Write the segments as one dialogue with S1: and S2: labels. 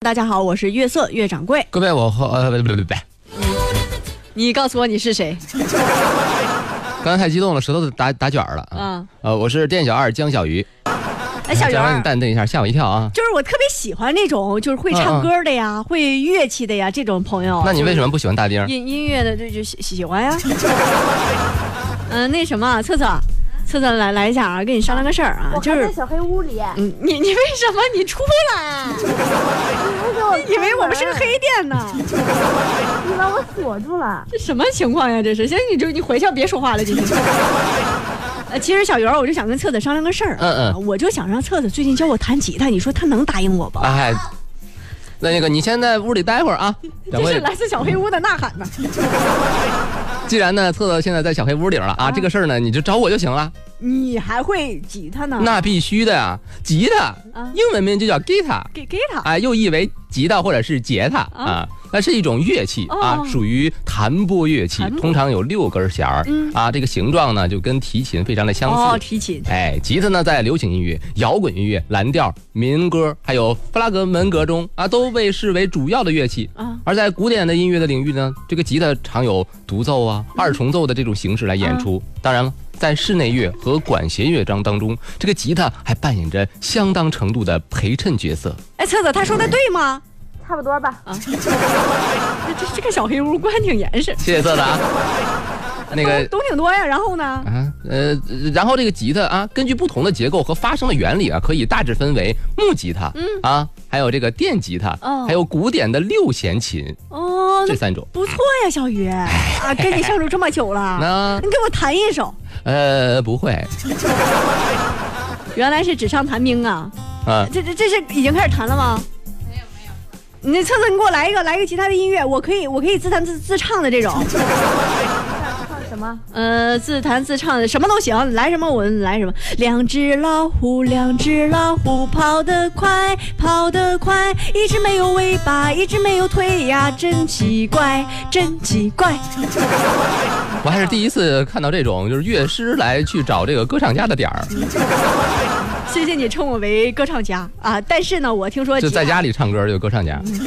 S1: 大家好，我是月色月掌柜。
S2: 各位，我和呃不不不不，
S1: 你告诉我你是谁？
S2: 刚才太激动了，舌头都打打卷儿了啊。
S1: 啊，
S2: 呃，我是店小二江小鱼。
S1: 哎，小圆
S2: 江
S1: 儿
S2: 你。淡定一下，吓我一跳啊。
S1: 就是我特别喜欢那种就是会唱歌的呀，会乐器的呀这种朋友。
S2: 嗯那你为什么不喜欢大丁儿？
S1: 音音乐的就就喜喜欢呀？ 嗯、那什么，策策，策策来来一下啊，跟你商量个事儿啊，
S3: 我
S1: 就
S3: 还
S1: 是
S3: 在。小黑屋里，
S1: 嗯，你你为什么你出来、 啊？
S3: 不给我
S1: 以为我们是个
S3: 开
S1: 黑店呢？
S3: 门，你把我锁住了。
S1: 这什么情况呀？这是，现在你就你回去别说话了，今 天。呃，其实小圆儿，我就想跟策策商量个事儿啊、
S2: 嗯嗯
S1: 啊我就想让策策最近教我弹吉他，你说他能答应我不？
S2: 哎，那那个你先在屋里待会 儿啊。掌
S1: 这是
S2: 柜，
S1: 来自小黑屋的呐喊呢。
S2: 嗯既然呢，特特现在在小黑屋里了
S1: 嗯
S2: 啊，这个事儿呢，你就找我就行了。
S1: 你还会吉他呢？
S2: 那必须的呀，吉他
S1: 啊，
S2: 英文名就叫 guitar，
S1: 给给他。
S2: 啊，又译为吉他或者是吉他啊，那是一种乐器啊
S1: 嗯哦，
S2: 属于弹拨乐器
S1: 弹，拨
S2: 通常有六根弦儿
S1: 嗯
S2: 啊，这个形状呢就跟提琴非常的相
S1: 哦，
S2: 似。
S1: 提琴。
S2: 哎，吉他呢，在流行音乐、摇滚音乐、蓝调、民歌，还有弗拉格门格中啊，都被视为主要的乐器。
S1: 啊
S2: 而在古典的音乐的领域呢，这个吉他常有独奏啊、二重奏的这种形式来演出。当然了，在室内乐和管弦乐章当中，这个吉他还扮演着相当程度的陪衬角色。
S1: 哎，策策，他说的对吗？
S3: 差不多吧，
S1: 这这这个小黑屋关挺严实，
S2: 谢谢色子啊，那个。
S1: 懂挺多呀。然后呢？
S2: 啊，呃，然后这个吉他啊，根据不同的结构和发声的原理啊，可以大致分为木吉他，嗯啊，还有这个电吉他，
S1: 哦
S2: 还有古典的六弦琴
S1: 哦，
S2: 这
S1: 那
S2: 三种。
S1: 不错呀，小鱼啊，跟你相处这么久了，
S2: 那
S1: 你给我弹一首。
S2: 呃不会，
S1: 原来是纸上谈兵啊，
S2: 啊，
S1: 这这这是已经开始弹了吗？没有没有。你策策，你给我来一个，来一个吉他的音乐，我可以，我可以自弹自自唱的这 种，
S3: 唱什么？
S1: 呃，自弹自唱的什么都行，来什么我来什么。两只老虎，两只老虎跑得快，跑得快，一只没有尾巴，一只没有腿呀，真奇怪，真奇怪。
S2: 我还是第一次看到这种，就是乐师来去找这个歌唱家的点儿，
S1: 谢谢你称我为歌唱家啊，但是呢，我听说
S2: 就
S1: 吉他
S2: 在，家里唱歌就歌唱家。
S1: 嗯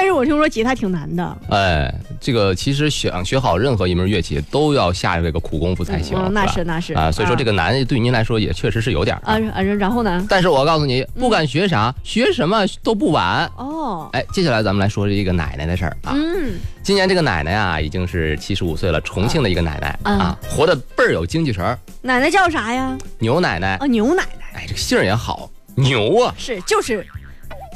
S1: 但是我听说吉他挺难的，
S2: 哎，这个其实想学好任何一门乐器，都要下这个苦功夫才行，
S1: 嗯那
S2: 吧
S1: 是那是
S2: 啊。所以说
S1: 啊
S2: 这个难对您来说也确实是有点儿
S1: 啊啊，然后呢？
S2: 但是我告诉
S1: 嗯
S2: 你，不管学啥，学什么都不晚。
S1: 哦，
S2: 哎，接下来咱们来说这个奶奶的事儿啊。
S1: 嗯，
S2: 今年这个奶奶啊，已经是七十五岁了，重庆的一个奶奶
S1: 嗯
S2: 啊，活得倍儿有精气神儿。
S1: 奶奶叫啥呀？
S2: 牛奶奶
S1: 啊，，牛奶奶
S2: 哎，这个姓儿也好，牛啊！
S1: 是就是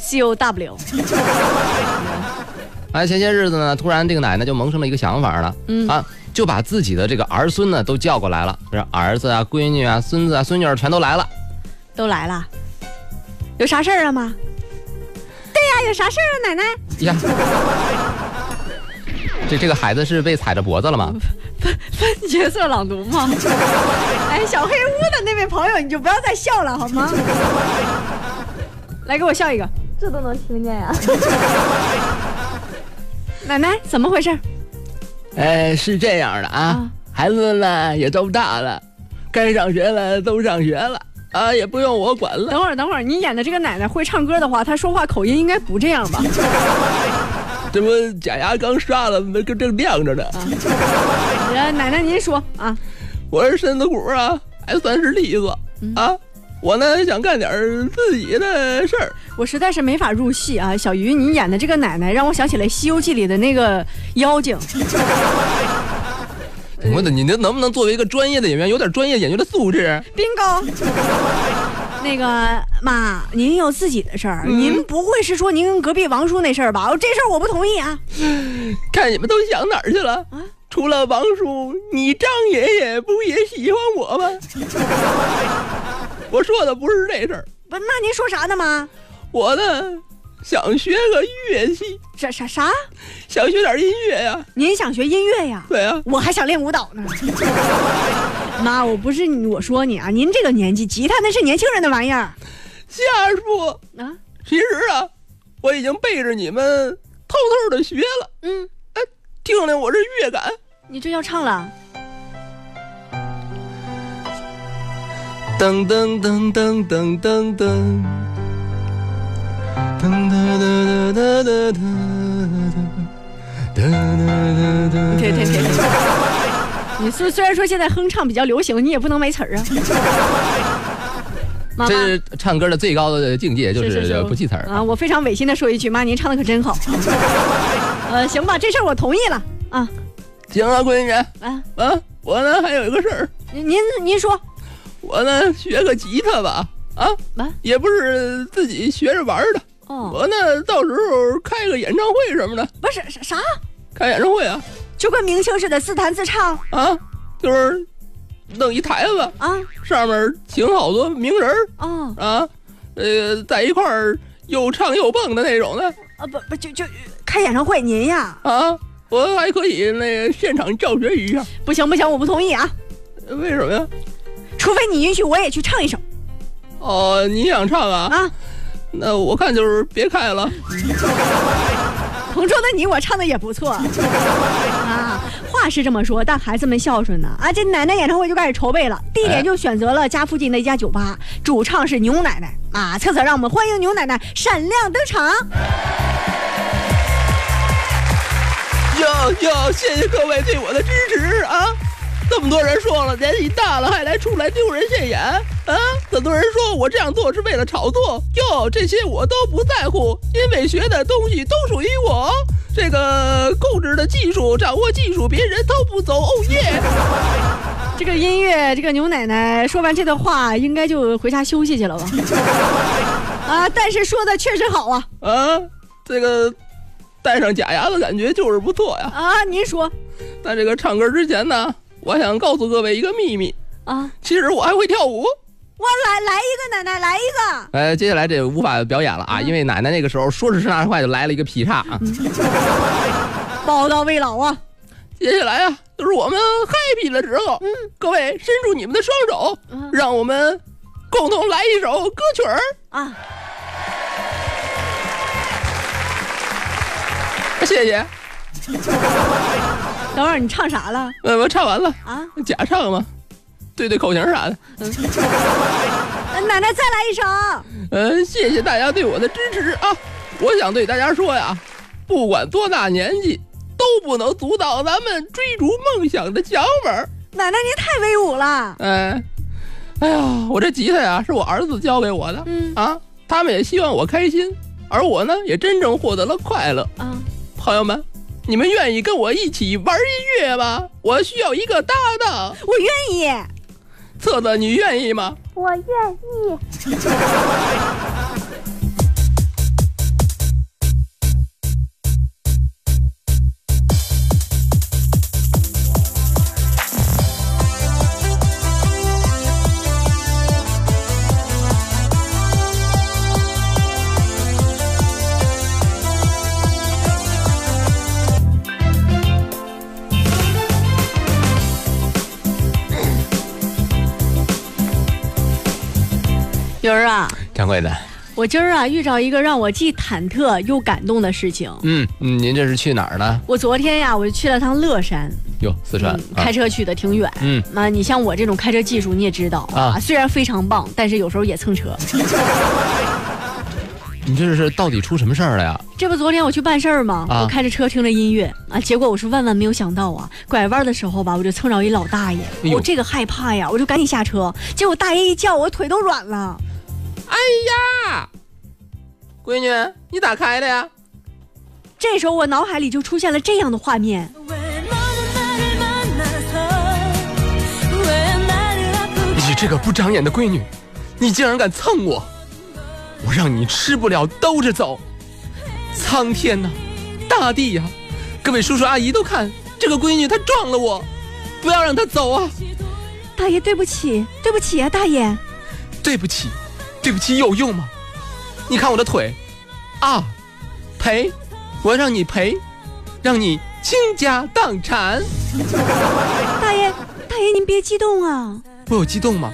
S1: C O W，
S2: 哎，前些日子呢，突然这个奶奶就萌生了一个想法了，
S1: 嗯
S2: 啊，就把自己的这个儿孙呢都叫过来了，这儿子啊、闺女啊、孙子啊、孙女儿全都来了。
S1: 都来了，有啥事儿啊妈？对呀、有啥事儿啊 奶奶？
S2: 呀， 这这个孩子是被踩着脖子了吗？
S1: 角色朗读吗？ 哎，小黑屋的那位朋友，你就不要再笑了好吗？来，给我笑一个，
S3: 这都能听见呀、
S1: 奶奶怎么回事？
S2: 哎，是这样的啊，
S1: 啊
S2: 孩子呢也都大了，该上学了都上学了啊，也不用我管了。
S1: 等会儿，等会儿，你演的这个奶奶会唱歌的话，她说话口音应该不这样吧？
S2: 这不假牙刚刷了，没跟正晾着呢。
S1: 呃奶奶您说啊，
S2: 我这身子骨啊还算是利索、啊，我呢想干点儿自己的事儿。
S1: 我实在是没法入戏啊，小鱼，你演的这个奶奶让我想起来《西游记》里的那个妖精。
S2: 我的，你这能不能作为一个专业的演员，有点专业演员的素质？
S1: bingo。那个妈，您有自己的事儿，
S2: 嗯
S1: 您不会是说您跟隔壁王叔那事儿吧？哦，这事儿我不同意啊！
S2: 看你们都想哪儿去了？除了王叔，你张爷爷不也喜欢我吗？我说的不是这事儿，
S1: 不，那您说啥呢，妈？
S2: 我呢想学个乐器，
S1: 啥啥啥？
S2: 想学点音乐呀、
S1: 您想学音乐呀？
S2: 对呀、
S1: 我还想练舞蹈呢。妈，我不是你我说你啊，您这个年纪，吉他那是年轻人的玩意儿
S2: 下属
S1: 啊。
S2: 其实啊，我已经背着你们偷偷的学了。
S1: 嗯，
S2: 听听我这乐感。
S1: 你这要唱了，
S2: 噔噔噔噔噔噔噔噔噔噔哒哒哒
S1: 对对对对对。你虽虽然说现在哼唱比较流行，你也不能没词儿啊。 妈妈
S2: 这是唱歌的最高的境界，就是是不记词儿。
S1: 啊！我非常违心的说一句，妈，您唱的可真好。 呃，行吧，这事儿我同意了啊
S2: 行啊，闺女，
S1: 啊！
S2: 啊，我呢还有一个事儿，
S1: 您您您说
S2: 我呢学个吉他吧，啊，
S1: 啊
S2: 也不是自己学着玩儿的，
S1: 哦，
S2: 我呢到时候开个演唱会什么的，
S1: 不是啥啥，
S2: 开演唱会啊，
S1: 就跟明星似的自弹自唱
S2: 啊，就是弄一台子，
S1: 啊
S2: 上面请好多名人儿
S1: 哦
S2: 啊，呃，在一块儿又唱又蹦的那种的
S1: 啊不不就就开演唱会您呀？
S2: 啊，我还可以那个现场教学一下，
S1: 不行不行，我不同意啊！
S2: 为什么呀？
S1: 除非你允许我也去唱一首
S2: 哦，你想唱啊？
S1: 啊！
S2: 那我看就是别开了。
S1: 同桌的你，我唱的也不错 啊。话是这么说，但孩子们孝顺呢啊。这奶奶演唱会就开始筹备了，地点就选择了家附近的一家酒吧，主唱是牛奶奶啊。侧侧让我们欢迎牛奶奶闪亮登场。
S2: 哟哟，谢谢各位对我的支持啊！这么多人说了，年纪大了还来出来丢人现眼啊！很多人说我这样做是为了炒作，哟，这些我都不在乎，因为学的东西都属于我。这个控制的技术，掌握技术，别人偷不走。哦耶！
S1: 这个音乐，这个牛奶奶说完这段话，应该就回家休息去了吧？ 啊，但是说的确实好啊
S2: 啊，这个戴上假牙的感觉就是不错呀。
S1: 啊！您说
S2: 在这个唱歌之前呢，我想告诉各位一个秘密，
S1: 啊，
S2: 其实我还会跳舞。
S1: 我来来一个奶奶来一个，
S2: 呃，接下来这无法表演了啊，因为奶奶那个时候说时迟那时快就来了一个劈叉啊。
S1: 宝刀未老啊！
S2: 接下来啊，就是我们 happy 的时候，各位伸出你们的双手，
S1: 嗯
S2: 让我们共同来一首歌曲儿。
S1: 啊，
S2: 谢谢，
S1: 等会儿你唱啥了
S2: 呃，我唱完了，
S1: 啊？
S2: 假唱嘛，对对口型啥的。
S1: 奶奶再来一首。
S2: 呃，谢谢大家对我的支持啊！我想对大家说呀，不管多大年纪，都不能阻挡咱们追逐梦想的想法儿。
S1: 奶奶您太威武了。
S2: 哎，哎呀，我这吉他呀是我儿子教给我的，
S1: 嗯
S2: 啊，他们也希望我开心，而我呢也真正获得了快乐。
S1: 啊，
S2: 朋友们，你们愿意跟我一起玩音乐吗？我需要一个搭档，
S1: 我愿意。
S2: 策策，你愿意吗？
S3: 我愿意。
S1: 云儿啊，
S2: 掌柜的，
S1: 我今儿啊遇着一个让我既忐忑又感动的事情。
S2: 嗯嗯，您这是去哪儿呢？
S1: 我昨天呀、我去了趟乐山，
S2: 哟，四川，
S1: 嗯开车去的，挺远。
S2: 嗯
S1: 那你像我这种开车技术，你也知道
S2: 啊
S1: 虽然非常棒，但是有时候也蹭车。
S2: 你这是到底出什么事儿了呀？
S1: 这不，昨天我去办事儿嘛，
S2: 啊
S1: 我开着车听着音乐啊，结果我是万万没有想到啊，拐弯的时候吧，我就蹭着一老大爷，
S2: 哎呦
S1: 我这个害怕呀，我就赶紧下车，结果大爷一叫，我腿都软了。
S2: 哎呀，闺女，你咋开的呀？
S1: 这时候我脑海里就出现了这样的画面：
S4: 왜 너는 나를 만나서 왜 나를 아프게
S2: 你这个不长眼的闺女，你竟然敢蹭我！我让你吃不了兜着走！苍天呐、大地呀、各位叔叔阿姨都看，这个闺女她撞了我，不要让她走啊！
S1: 大爷，对不起，对不起啊，大爷。
S2: 对不起，对不起，有用吗？你看我的腿，啊，赔，我要让你赔，让你倾家荡产。
S1: 大爷，大爷，您别激动啊！
S2: 我有激动吗？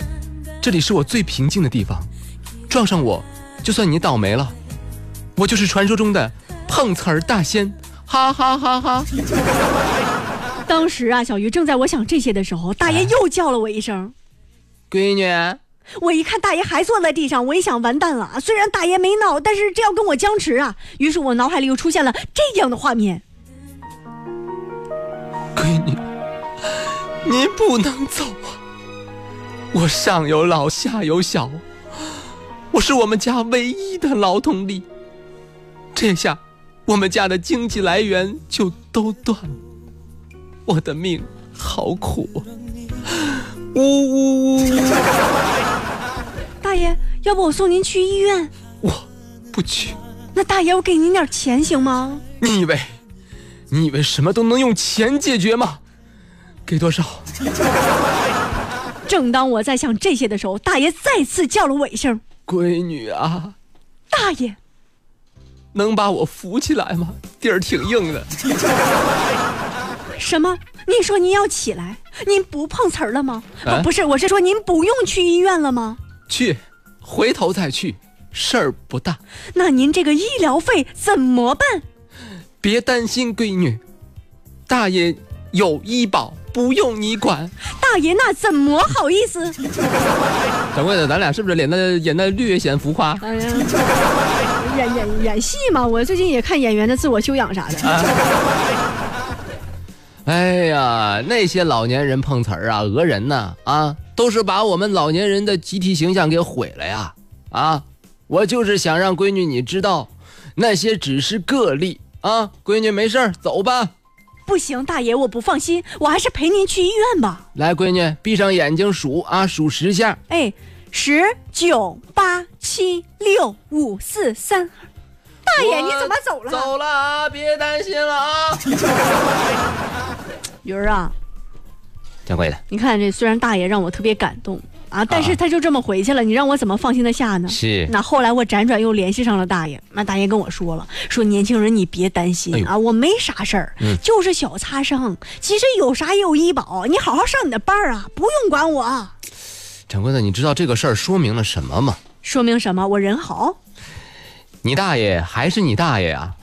S2: 这里是我最平静的地方，撞上我，就算你倒霉了，我就是传说中的碰瓷儿大仙，哈哈哈哈！
S1: 哎当时啊，小鱼正在我想这些的时候，大爷又叫了我一声
S2: 闺女，
S1: 我一看大爷还坐在地上，我也想完蛋了。虽然大爷没闹，但是这要跟我僵持啊！于是我脑海里又出现了这样的画面：
S2: 闺女，您不能走啊！我上有老下有小，我是我们家唯一的劳动力。这下，我们家的经济来源就都断了。我的命好苦啊！呜呜呜！
S1: 大爷，要不我送您去医院？
S2: 我不去。
S1: 那大爷，我给您点钱行吗？
S2: 你以为，你以为什么都能用钱解决吗？给多少？
S1: 正当我在想这些的时候，大爷再次叫了我一声
S2: 闺女啊，
S1: “大爷
S2: 能把我扶起来吗？地儿挺硬的。”。
S1: 什么？您说您要起来？您不碰瓷儿了吗？不、
S2: 啊
S1: 不是，我是说您不用去医院了吗？
S2: 去，回头再去，事儿不大。
S1: 那您这个医疗费怎么办？
S2: 别担心，闺女，大爷有医保，不用你管。
S1: 大爷那怎么好意思？
S2: 掌柜的，咱俩是不是演的演的略显浮夸？
S1: 哎呀， 演演演戏嘛，我最近也看演员的自我修养啥的。
S2: 哎呀，那些老年人碰瓷儿啊，讹人呐啊都是把我们老年人的集体形象给毁了呀！啊，我就是想让闺女你知道，那些只是个例啊，闺女没事儿，走吧。
S1: 不行，大爷，我不放心，我还是陪您去医院吧。
S2: 来，闺女，闭上眼睛数啊，数十下。
S1: 哎，十九八七六五四三，大爷哎你怎么走了？
S2: 走了啊，别担心了啊。
S1: 云儿啊，
S2: 掌柜的，
S1: 你看这虽然大爷让我特别感动啊，但是
S2: 啊
S1: 他就这么回去了，你让我怎么放心的下呢？
S2: 是
S1: 那后来我辗转又联系上了大爷，那大爷跟我说了，说年轻人你别担心、
S2: 哎呦
S1: 啊，我没啥事儿，
S2: 嗯
S1: 就是小擦伤，其实有啥也有医保，你好好上你的班儿啊，不用管我。啊
S2: 掌柜的，你知道这个事儿说明了什么吗？
S1: 说明什么？我人好。
S2: 你大爷还是你大爷啊！